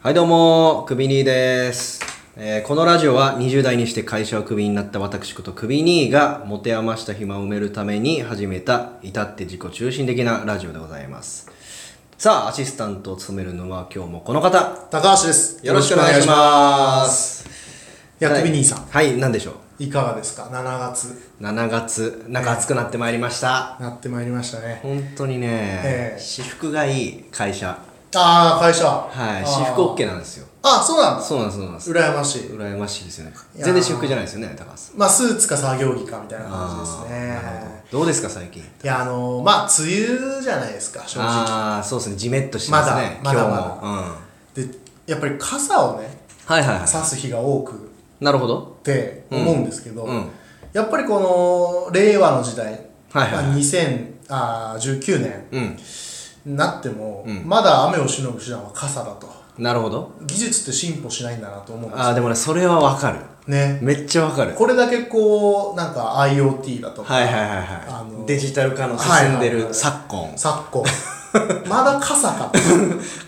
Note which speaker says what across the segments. Speaker 1: はいどうもクビニーです、えーこのラジオは20代にして会社をクビになった私ことクビニーが持て余した暇を埋めるために始めた至って自己中心的なラジオでございますさあアシスタントを務めるのは今日もこの方
Speaker 2: 高橋です。。
Speaker 1: よろしくお願いします
Speaker 2: やってみ兄さん、
Speaker 1: はい何でしょ
Speaker 2: いかがですか ?7 月
Speaker 1: う7月なんか暑くなってまいりました
Speaker 2: なってまいりましたね。
Speaker 1: 本当にね、
Speaker 2: ええ
Speaker 1: 私服がいい会社
Speaker 2: ああ、会社。
Speaker 1: は
Speaker 2: あ
Speaker 1: い
Speaker 2: ー
Speaker 1: 私服 OK なんですよ
Speaker 2: あ、そうなんだ。
Speaker 1: そうなんですそうなんです
Speaker 2: 羨ましい。
Speaker 1: 羨ましいですよね
Speaker 2: いやー
Speaker 1: 全然私服じゃないですよね高橋さん
Speaker 2: まあ、スーツか作業着かみたいな感じ
Speaker 1: あ
Speaker 2: です
Speaker 1: ーなるほ
Speaker 2: ね。
Speaker 1: どどうですか最近
Speaker 2: いや、あのーまあ、梅雨じゃないですか、正直。
Speaker 1: ああそうですねじめっとしてますね
Speaker 2: まだまだ
Speaker 1: 今日も、うん、
Speaker 2: で、やっぱり傘をね、
Speaker 1: はいはいは
Speaker 2: 差す日が多く
Speaker 1: いなるほど
Speaker 2: って思うんですけど、
Speaker 1: うんうん
Speaker 2: やっぱりこの、令和の時代、
Speaker 1: はいはいはい
Speaker 2: まあ2019年
Speaker 1: うん
Speaker 2: になっても、
Speaker 1: うん
Speaker 2: まだ雨をしのぐ手段は傘だと。
Speaker 1: なるほど
Speaker 2: 技術って進歩しないんだなと思うんです
Speaker 1: ああでもねそれはわかる
Speaker 2: ね
Speaker 1: めっちゃわかる
Speaker 2: これだけこうなんか IoT だとか、
Speaker 1: はいはいはい
Speaker 2: あ
Speaker 1: は
Speaker 2: の
Speaker 1: いデジタル化の進んで
Speaker 2: はいはいは
Speaker 1: る
Speaker 2: い
Speaker 1: 昨今
Speaker 2: 昨 今まだ傘かと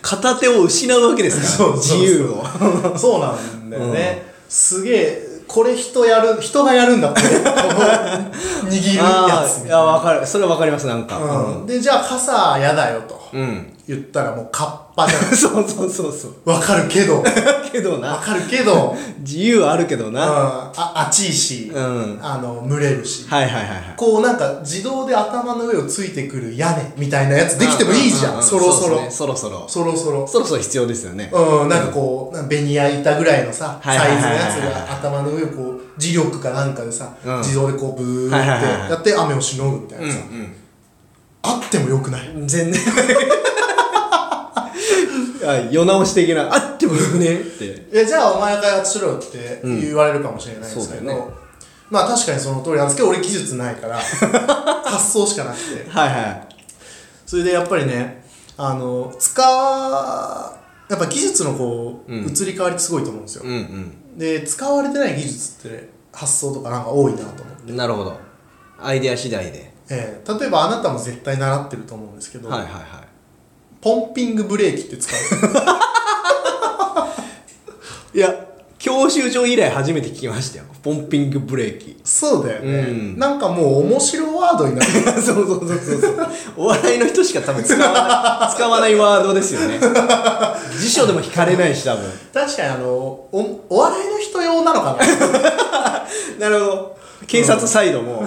Speaker 1: 片手を失うわけですから
Speaker 2: そうそうそう
Speaker 1: 自由を
Speaker 2: そうなんだよね、すげえこれ人やる人がやるんだ ってこの握るや
Speaker 1: あ
Speaker 2: つ
Speaker 1: ー
Speaker 2: み
Speaker 1: い
Speaker 2: た
Speaker 1: や
Speaker 2: い
Speaker 1: わかるそれわかりますなんか
Speaker 2: な、うんでじゃあ傘やだよと
Speaker 1: うん、うん、
Speaker 2: 言ったらもうカッパじゃな い
Speaker 1: そうそうそうそう
Speaker 2: わかるけど わ
Speaker 1: けどな
Speaker 2: かるけ ど、うん、
Speaker 1: 自由あるけどな、
Speaker 2: あ暑いし、
Speaker 1: うん
Speaker 2: あの蒸れるし、
Speaker 1: はいはいはいはい
Speaker 2: こうなんか自動で頭の上をついてくる屋根みたいなやつできてもいいじ
Speaker 1: う
Speaker 2: ゃ、
Speaker 1: うんう
Speaker 2: そろそろ
Speaker 1: うですねそろそろ
Speaker 2: そろそろ。
Speaker 1: そろそろ必要ですよね
Speaker 2: うん、なんかこう、なんかベニヤ板ぐらいのさ、
Speaker 1: は
Speaker 2: サ
Speaker 1: い
Speaker 2: イ
Speaker 1: はいはい
Speaker 2: ズの
Speaker 1: はい
Speaker 2: やつが頭の上をこう、磁力かなんかでさ、
Speaker 1: うん
Speaker 2: 自動でこう、ブーっ
Speaker 1: はいはいはいはい
Speaker 2: てやって雨をしのぐみたいなさ、あってもよくない
Speaker 1: 全然 あ世直していけないあってもよくねって
Speaker 2: え、じゃあお前が開発しろよって言われるかもしれないですけ
Speaker 1: うんそう
Speaker 2: ど、
Speaker 1: だよね
Speaker 2: まあ確かにその通りなんですけど、俺技術ない から、発想しかなくて。
Speaker 1: はいは
Speaker 2: それでやっぱりねあの使わやっぱ技術のこう、
Speaker 1: うん
Speaker 2: 移り変わりってすごいと思うんですよ、
Speaker 1: いうん
Speaker 2: で使われてない技術って発想とかなんか多いなと思う、
Speaker 1: うんなるほどアイデア次第で
Speaker 2: ええ例えばあなたも絶対習ってると思うんですけど、
Speaker 1: はいはいは
Speaker 2: ポンピングブレーキって使う
Speaker 1: いいや教習所以来初めて聞きましたよポンピングブレーキ
Speaker 2: そうだよね、
Speaker 1: うん
Speaker 2: なんかもう面白ワードになる
Speaker 1: そうそうそうそうそう お笑いの人しか多分使わない 使わないワードですよね辞書でも引かれないし多分
Speaker 2: 確かにあのおお笑いの人用なのか
Speaker 1: な
Speaker 2: な
Speaker 1: るほど警察サイドも、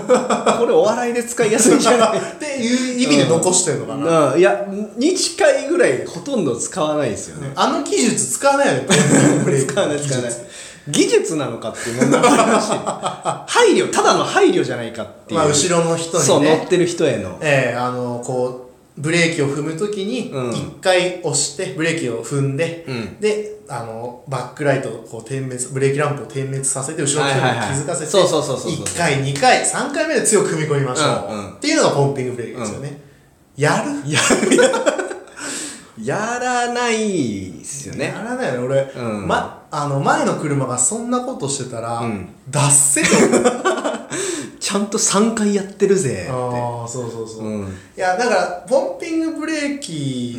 Speaker 1: これお笑いで使いやすい んじゃない
Speaker 2: っていう意味で残してるのかな、
Speaker 1: うん、いやに近いぐらいほとんど使わないですよね
Speaker 2: あの技術使わないよねポンピングブレーキ
Speaker 1: 使わない
Speaker 2: 技
Speaker 1: 使わない
Speaker 2: 術
Speaker 1: 技術なのかっていう問題もありますし配慮ただの配慮じゃないかっていう、
Speaker 2: まあ後ろの人にね
Speaker 1: そう乗ってる人への
Speaker 2: ええあのこうブレーキを踏むときに
Speaker 1: うん
Speaker 2: 一回押してブレーキを踏んで、
Speaker 1: うん
Speaker 2: であのバックライトをこう点滅ブレーキランプを点滅させて後ろの人に気
Speaker 1: はいはいはい
Speaker 2: づかせて
Speaker 1: そうそうそうそうそう
Speaker 2: 1回2回3回目で強く踏み込みましょう、
Speaker 1: うんうん
Speaker 2: っていうのがポンピングブレーキですよね、やる
Speaker 1: ややらないですよね
Speaker 2: やらないよね俺、
Speaker 1: うん
Speaker 2: ま、あの前の車がそんなことしてたら、
Speaker 1: ん
Speaker 2: 脱線あ
Speaker 1: ちゃんと3回やってるぜって
Speaker 2: あそうそうそう、
Speaker 1: うん
Speaker 2: いやだからポンピングブレーキ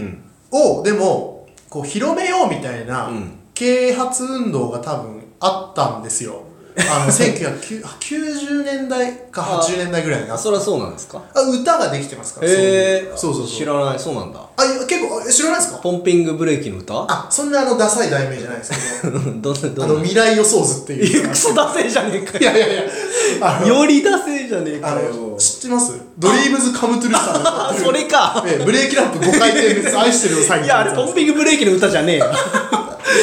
Speaker 2: を、でもこう広めようみたいな
Speaker 1: うん
Speaker 2: 啓発運動が多分あったんですよ、あ の1990年代か
Speaker 1: あ
Speaker 2: 80年代ぐらいにあ
Speaker 1: あ
Speaker 2: っ
Speaker 1: そりゃそうなんですか
Speaker 2: あ歌ができてますから
Speaker 1: へえ
Speaker 2: そうそうそう
Speaker 1: 知らないそうなんだ
Speaker 2: あいや結構あ知らないですか
Speaker 1: ポンピングブレーキの歌
Speaker 2: あそんなあのダサい題名じゃないですけ
Speaker 1: ど
Speaker 2: ど
Speaker 1: んなど
Speaker 2: あ
Speaker 1: ん
Speaker 2: の
Speaker 1: な
Speaker 2: 未来予想図って
Speaker 1: い
Speaker 2: いう
Speaker 1: やクソダセえじゃねえか
Speaker 2: い やいやいやあの
Speaker 1: よりダセえじゃねえ
Speaker 2: あ
Speaker 1: かよ
Speaker 2: の知ってますドリームズカムトゥルーさんの
Speaker 1: あそれか
Speaker 2: ええブレーキランプ5回転滅愛してるよ最
Speaker 1: い
Speaker 2: 後
Speaker 1: やあれポンピングブレーキの歌じゃねえよ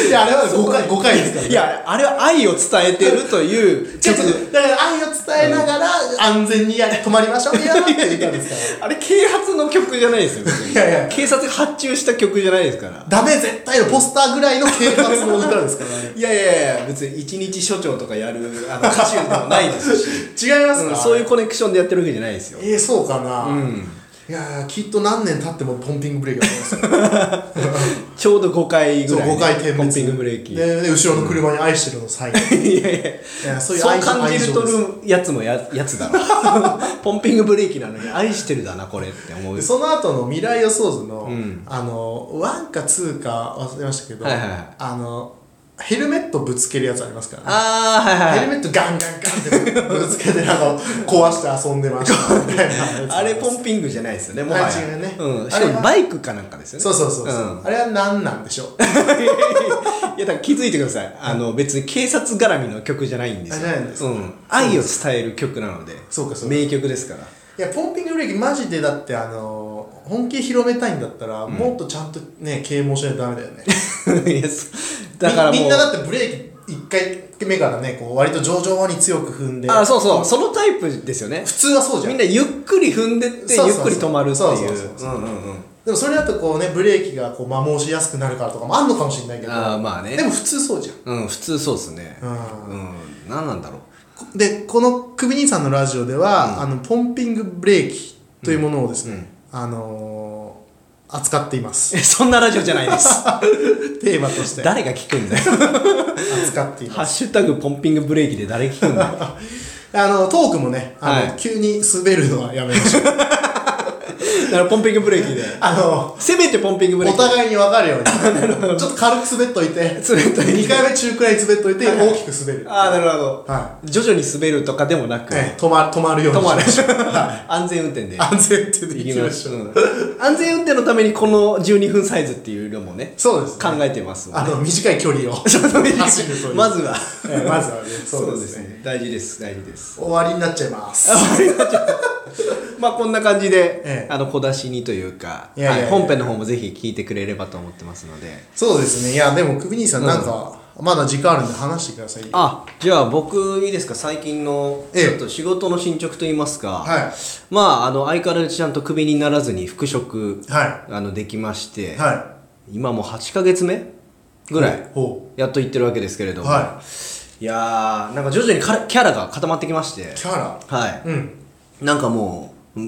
Speaker 2: いや、あれは5回、5回ですから、ね。
Speaker 1: い、やあれは愛を伝えてるという
Speaker 2: ちょっと、だから愛を伝えながら、安全にやれ、止まりましょうよって言ったんです か
Speaker 1: あれ啓発の曲じゃないですよ別に
Speaker 2: いやいや
Speaker 1: 警察が発注した曲じゃないですから
Speaker 2: ら。ダメ絶対のポスターぐらいの警察の歌ですからね。
Speaker 1: いやいやいや別に一日署長とかやるあの歌手でもないですし、
Speaker 2: 違います
Speaker 1: う
Speaker 2: か、
Speaker 1: んそういうコネクションでやってるわけじゃないですよ
Speaker 2: えー、そうかな。
Speaker 1: うん
Speaker 2: いやーきっと何年経ってもポンピングブレーキありますよ
Speaker 1: ちょうど5回
Speaker 2: そ
Speaker 1: ぐら
Speaker 2: う
Speaker 1: いね
Speaker 2: 5回点滅
Speaker 1: ポンピングブレー キ
Speaker 2: でで後ろの車に愛してる のサイン、
Speaker 1: いやいや
Speaker 2: いやそういう
Speaker 1: そう
Speaker 2: 愛情
Speaker 1: 感じると
Speaker 2: 愛情で
Speaker 1: るやつもややつだ ろポンピングブレーキなのに愛してるだなこれって思う
Speaker 2: でその後の未来予想図の、
Speaker 1: ん
Speaker 2: あの1か2か忘れましたけど、
Speaker 1: はいはいはい
Speaker 2: あのヘルメットぶつけるやつありますからね
Speaker 1: ああはい
Speaker 2: ヘ
Speaker 1: はい
Speaker 2: ルメットガンガンガンってぶぶつけてあの壊して遊んでましたみたいなや つ
Speaker 1: あれポンピングじゃないですよねもはや
Speaker 2: あれ違うね
Speaker 1: うん、しか
Speaker 2: あれ
Speaker 1: も
Speaker 2: は
Speaker 1: バイクかなんかですよね
Speaker 2: そうそうそうそう、
Speaker 1: ん
Speaker 2: あれは何なんでしょう
Speaker 1: いやだから気づいてくださいあの別に警察絡みの曲じゃないんですよ
Speaker 2: あじゃないんですか
Speaker 1: うん、愛を伝える曲なので
Speaker 2: そうかそうか
Speaker 1: 名曲ですから
Speaker 2: いやポンピングブレーキマジでだってあの本気広めたいんだったら、もっとちゃんとね啓蒙しないとダメだよね
Speaker 1: いやそう だからもう
Speaker 2: みみんなだってブレーキ1回目からねこう割と上々に強く踏んで
Speaker 1: あそうそうそのタイプですよね
Speaker 2: 普通はそうじゃん
Speaker 1: みんなゆっくり踏んでってゆ
Speaker 2: そうそう
Speaker 1: っ
Speaker 2: そう
Speaker 1: くり止まるって
Speaker 2: そうそ
Speaker 1: いうう
Speaker 2: そうそう
Speaker 1: うんうんうん
Speaker 2: でもそれだとこうねブレーキがこう摩耗しやすくなるからとかもあんのかもしれないけど
Speaker 1: あーまあね
Speaker 2: でも普通そうじゃん
Speaker 1: うん、普通そうですね。
Speaker 2: うん
Speaker 1: うん。何なんだろう。
Speaker 2: こでこのクビ兄さんのラジオでは、あのポンピングブレーキというものをですね、あのー扱っています
Speaker 1: え、そんなラジオじゃないです。
Speaker 2: テーマとして
Speaker 1: 誰が聞くんだ よ。
Speaker 2: 扱ってい
Speaker 1: ハ
Speaker 2: ま
Speaker 1: ッ
Speaker 2: す
Speaker 1: シュタグポンピングブレーキで誰聞く んだよ。
Speaker 2: あのトークもねあの、
Speaker 1: はい
Speaker 2: 急に滑るのはやめましょう
Speaker 1: だからポンピングブレーキ で。
Speaker 2: あの
Speaker 1: せめてポンピングブレー
Speaker 2: お
Speaker 1: キで。
Speaker 2: 互いに分かるようにちょっと軽く滑っといて
Speaker 1: 滑っといて
Speaker 2: 2回目中くらい滑っといて大きく滑る
Speaker 1: ああ、なるほど。
Speaker 2: は
Speaker 1: 徐々に滑るとかでもなく、
Speaker 2: ええ止ま止まるように
Speaker 1: 止まる
Speaker 2: しましょう
Speaker 1: 安全運転で。
Speaker 2: 安全ってでいきましょう
Speaker 1: 行きましょううん安全運転のためにこの12分サイズっていうのもね、
Speaker 2: そうですね
Speaker 1: 考えてますもん
Speaker 2: あ
Speaker 1: ね。
Speaker 2: の短い距離を走るという
Speaker 1: まずは。
Speaker 2: ええまずはねそうですね
Speaker 1: ね。大事です、大事です。
Speaker 2: 終わりになっちゃいます
Speaker 1: まあこんな感じで、
Speaker 2: ええ
Speaker 1: あの小出しにというか
Speaker 2: いやいやいや
Speaker 1: はい本編の方もぜひ聞いてくれればと思ってますので
Speaker 2: そうですね。いや、でも、クビ兄さん、なんか、まだ時間あるんで話してくださいよ。
Speaker 1: あじゃあ僕いいですか最近の
Speaker 2: ええ
Speaker 1: ちょっと仕事の進捗といいますか、
Speaker 2: はい
Speaker 1: まああの相変わらずちゃんとクビにならずに復職、
Speaker 2: は
Speaker 1: あのできまして、
Speaker 2: は
Speaker 1: 今もう8ヶ月目ぐら
Speaker 2: い。
Speaker 1: い
Speaker 2: ほ
Speaker 1: やっと行ってるわけですけれど
Speaker 2: う。
Speaker 1: も、、
Speaker 2: はい
Speaker 1: やーなんか徐々にかキャラが固まってきまして
Speaker 2: い。キャラ。
Speaker 1: はい、
Speaker 2: うん。
Speaker 1: なんかもう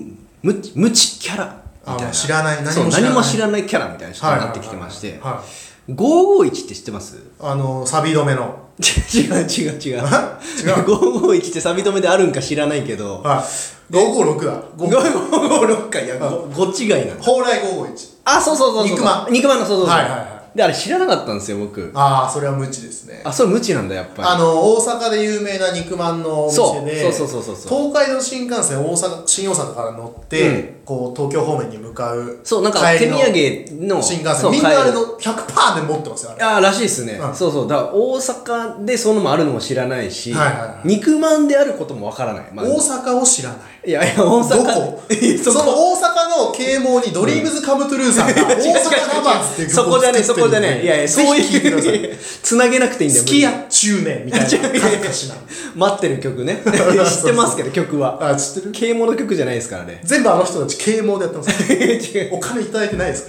Speaker 1: 無知無知キャラみたい
Speaker 2: あ
Speaker 1: な
Speaker 2: 知らない何も
Speaker 1: そう
Speaker 2: 知らない
Speaker 1: 何も知らないキャラみたいな人になってきてまし
Speaker 2: は
Speaker 1: て
Speaker 2: いはいはいはい
Speaker 1: 551って知ってます
Speaker 2: あの、サビ止めの。
Speaker 1: 違う違う違う
Speaker 2: 違う
Speaker 1: 551ってサビ止めであるんか知らないけど
Speaker 2: はい。556だ。
Speaker 1: 556かいや5違いなの
Speaker 2: 蓬莱551。
Speaker 1: あそうそうそうそう
Speaker 2: 肉まん
Speaker 1: 肉まんのそうそうそう
Speaker 2: はいはいは
Speaker 1: であれ知らなかったんですよ僕
Speaker 2: ああ、それは無知ですね。
Speaker 1: あそれ無知なんだやっぱ
Speaker 2: あの、大阪で有名な肉まんのお店で、
Speaker 1: そうそうそうそうそう
Speaker 2: 東海道新幹線、大阪、新大阪から乗って、こう、東京方面に向かう。
Speaker 1: りそうなんか
Speaker 2: 帰
Speaker 1: 手
Speaker 2: りの
Speaker 1: 土産の
Speaker 2: 新幹
Speaker 1: そ
Speaker 2: 線。
Speaker 1: う
Speaker 2: みんなあれ
Speaker 1: 帰る
Speaker 2: の100%で持ってますよ、あれ。
Speaker 1: あーらしいですね、
Speaker 2: うん
Speaker 1: そうそうだから大阪でそんなのもあるのも知らないし、
Speaker 2: はいはいはい
Speaker 1: 肉まんであることもわからない、まあ、
Speaker 2: 大阪を知らない。
Speaker 1: いやいや大阪
Speaker 2: どこ
Speaker 1: いや
Speaker 2: そ
Speaker 1: そ
Speaker 2: の
Speaker 1: こ
Speaker 2: 大阪の啓蒙にドリームズカムトゥルーさ んが大阪ナバーズっていう
Speaker 1: そ
Speaker 2: 曲
Speaker 1: こ
Speaker 2: を
Speaker 1: じゃねえ
Speaker 2: 作って
Speaker 1: そ
Speaker 2: る
Speaker 1: こ
Speaker 2: ん
Speaker 1: じゃ
Speaker 2: で
Speaker 1: ねえいやいや
Speaker 2: ぜ
Speaker 1: そう
Speaker 2: ひ聴いてください
Speaker 1: いうつなげなくていいんだよ
Speaker 2: 好きや中年みたいな歌詞なの
Speaker 1: 待ってる曲 ね知ってますけど曲 は
Speaker 2: あ知ってる
Speaker 1: 啓蒙の曲じゃないですから ね
Speaker 2: 全部あの人たち啓蒙でやってます
Speaker 1: 違う
Speaker 2: お金いただいてないです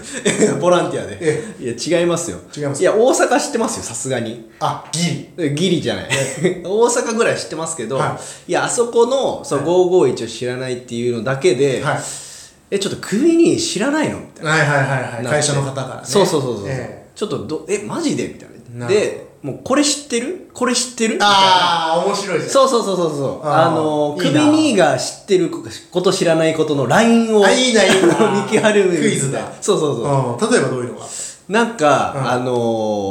Speaker 2: か
Speaker 1: ボランティアで
Speaker 2: え
Speaker 1: いや違いますよ
Speaker 2: 違います
Speaker 1: いや大阪知ってますよさすがに
Speaker 2: あギリ
Speaker 1: ギリじゃない 大阪ぐらい知ってますけど、、
Speaker 2: はい
Speaker 1: やあそこのその551を知らないっていうのだけで、
Speaker 2: はい
Speaker 1: えちょっと首に知らないのみたい
Speaker 2: はいはいはいはい
Speaker 1: な
Speaker 2: 会社の方からね
Speaker 1: そうそうそうそう、
Speaker 2: ええ
Speaker 1: ちょっとどえマジでみたいな
Speaker 2: なるほど
Speaker 1: でもうこれ知ってるこれ知ってるみたいな
Speaker 2: ああ面白いじゃん
Speaker 1: そうそうそうそうそうあ
Speaker 2: あー
Speaker 1: の
Speaker 2: いい
Speaker 1: 首
Speaker 2: な
Speaker 1: にが知ってること知らないことのラインを
Speaker 2: あいいないい な
Speaker 1: 見極める
Speaker 2: クイズだ
Speaker 1: そうそうそう、
Speaker 2: うん例えばどういうのが
Speaker 1: なんか、
Speaker 2: うん
Speaker 1: あの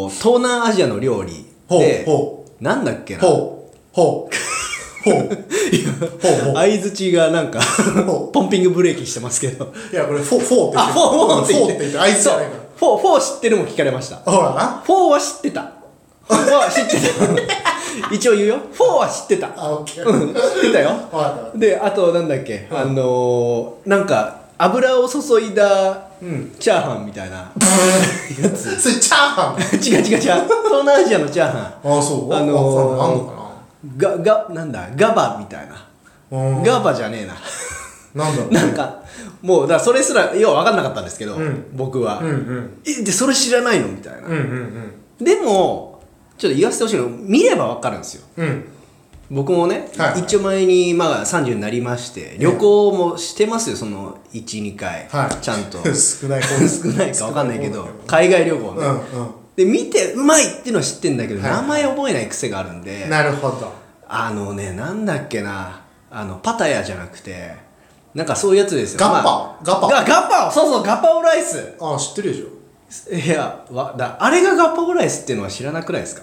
Speaker 1: ー東南アジアの料理
Speaker 2: ほう
Speaker 1: で
Speaker 2: ほ
Speaker 1: なんだっけな
Speaker 2: ほうほうほうほう ほうほう
Speaker 1: 相づちがなんか
Speaker 2: ほ
Speaker 1: ポンピングブレーキしてますけど
Speaker 2: いやこれフォーフォーって言って
Speaker 1: あフォーフォーって言って
Speaker 2: るフォーって言ってあいつじゃないから
Speaker 1: フォーフォー知ってるも聞かれました
Speaker 2: ほらな
Speaker 1: フォーは知ってた。フォーは知って た。一応言うよ。フォーは知ってた。
Speaker 2: あ、オッケー。
Speaker 1: うん、知ってたよ。
Speaker 2: わかったわかっ
Speaker 1: で、あと、なんだっけ、あのー、なんか、油を注いだ、
Speaker 2: うん
Speaker 1: チャーハンみたいな。
Speaker 2: た。それチャーハンあ、
Speaker 1: 違う違う違う。東南アジアのチャーハン。
Speaker 2: そう
Speaker 1: あ
Speaker 2: あん
Speaker 1: の
Speaker 2: のか
Speaker 1: ー、が、が、なんだ、ガバみたいな。
Speaker 2: なうん。
Speaker 1: ガバじゃねえ な。
Speaker 2: なんだろう。
Speaker 1: なんか、もう、だからそれすら、よう分かんなかったんですけど、
Speaker 2: うん
Speaker 1: 僕は、
Speaker 2: うんうん。
Speaker 1: え、で、それ知らないのみたいな。
Speaker 2: うんうん
Speaker 1: でも、ちょっと言わせてほしいの、見れば分かるんですよ。
Speaker 2: うん。うん。
Speaker 1: 僕もね、
Speaker 2: はいはい
Speaker 1: 一応前に、まあ、30になりまして旅行もしてますよその12回、
Speaker 2: はい
Speaker 1: ちゃんと
Speaker 2: 少ない方です
Speaker 1: 少ないか分かんないけ
Speaker 2: 少
Speaker 1: ど
Speaker 2: 方だ
Speaker 1: 海外旅行ね、
Speaker 2: うんうん
Speaker 1: で見てうまいっていうのは知ってんだけど、
Speaker 2: はいはい
Speaker 1: 名前覚えない癖があるんで
Speaker 2: なるほど
Speaker 1: あのねなんだっけなあのパタヤじゃなくてなんかそういうやつですよ
Speaker 2: ガッパオ
Speaker 1: まあ
Speaker 2: ガッパオ
Speaker 1: がガッパオそうそうガッパオライス
Speaker 2: ああ知ってるでし
Speaker 1: いやわだあれがガッパオライスっていうのは知らなくないですか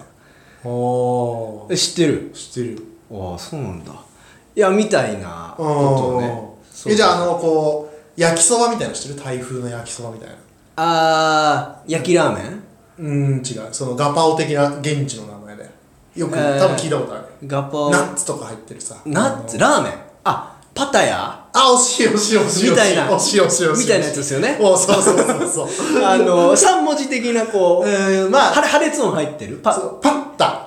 Speaker 2: ょあ
Speaker 1: え知ってる
Speaker 2: あ知ってる
Speaker 1: ああそうなんだいやみたいな
Speaker 2: あ
Speaker 1: ことをね
Speaker 2: あ、えじゃああのこう焼きそばみたいなの知ってる台風の焼きそばみたいな
Speaker 1: あー焼きラーメン
Speaker 2: うーん違うそのガパオ的な現地の名前でよく、
Speaker 1: えー
Speaker 2: 多分聞いたことある
Speaker 1: ガッパオ
Speaker 2: ナッツとか入ってるさ
Speaker 1: ナッツラーメンあパタ ヤ
Speaker 2: あ惜しい惜しい惜しい惜しい
Speaker 1: みたいな
Speaker 2: 惜しい惜しい惜しい
Speaker 1: みたいなやつですよね
Speaker 2: おそうそうそうそう
Speaker 1: あの3文字的なこう、
Speaker 2: えーまあ
Speaker 1: は破裂音入ってる
Speaker 2: そ
Speaker 1: パ
Speaker 2: うパッタ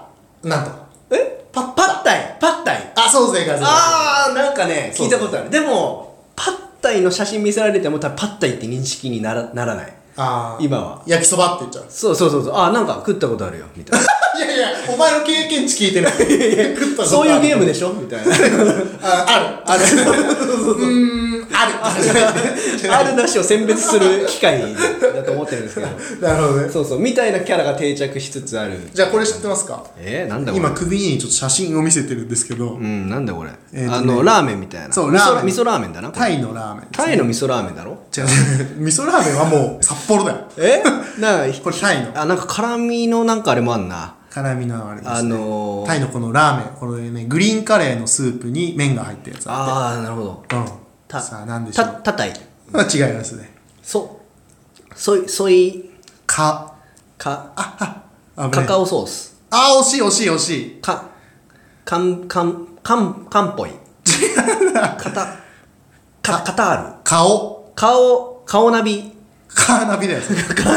Speaker 2: なんと
Speaker 1: えパパッタイパッタイ
Speaker 2: あそう正解正解
Speaker 1: あーなんかね
Speaker 2: そう
Speaker 1: 聞いたことあるでもパッタイの写真見せられても多分パッタイって認識にならならない
Speaker 2: あー
Speaker 1: 今は
Speaker 2: 焼きそばって言っちゃう
Speaker 1: そうそうそうそうあーなんか食ったことあるよみたい
Speaker 2: いやいや、お前の経験値 聞いてない。食った
Speaker 1: な
Speaker 2: こと
Speaker 1: そうい
Speaker 2: あ
Speaker 1: う
Speaker 2: る
Speaker 1: ゲームでしょみたいな
Speaker 2: あ ある。あ る。うーん、ある。
Speaker 1: あるなしを選別する機会だと思ってるんですけど
Speaker 2: なるほどね。
Speaker 1: そうそうみたいなキャラが定着しつつある
Speaker 2: じゃあこれ知ってますか
Speaker 1: えー、なんだこれ
Speaker 2: 今首にちょっと写真を見せてるんですけど
Speaker 1: う、んなんだこれ、
Speaker 2: えーとね
Speaker 1: あのラーメンみたいな
Speaker 2: そうラーメン
Speaker 1: 味噌ラーメンだなこれ
Speaker 2: タイのラーメン。
Speaker 1: タイの味噌ラーメンだろ
Speaker 2: 違う。味噌ラーメンはもう札幌だよ。
Speaker 1: えなんか
Speaker 2: これタイの
Speaker 1: あなんか辛みのなんかあれもあんな
Speaker 2: 辛みのあれですね。
Speaker 1: あのー
Speaker 2: タイのこのラーメン、これね、グリーンカレーのスープに麺が入ったやつあ
Speaker 1: ああなるほど
Speaker 2: って。うん。
Speaker 1: た
Speaker 2: さあ何でしょ
Speaker 1: た
Speaker 2: う。
Speaker 1: たたい
Speaker 2: まあ違いますね。
Speaker 1: そそいそい
Speaker 2: か。
Speaker 1: か
Speaker 2: あ
Speaker 1: カカ
Speaker 2: オ。
Speaker 1: オソース
Speaker 2: あ、惜しい惜しい惜しい。
Speaker 1: かかんかんかんかんぽ いかたかカタール
Speaker 2: 顔。
Speaker 1: 顔顔ナビ
Speaker 2: カーナビだよ。それ
Speaker 1: かか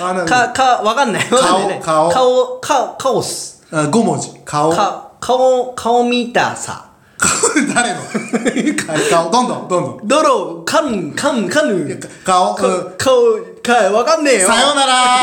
Speaker 2: あなん
Speaker 1: かかわかんないわかんない
Speaker 2: 顔
Speaker 1: 顔かカオス
Speaker 2: あ5文字。顔。
Speaker 1: か顔顔見たさ
Speaker 2: 誰の 顔。どんどん、どんどん。
Speaker 1: ドローカンカンカヌー
Speaker 2: 顔。う
Speaker 1: か
Speaker 2: ん
Speaker 1: 顔かわかんねえよ
Speaker 2: さようなら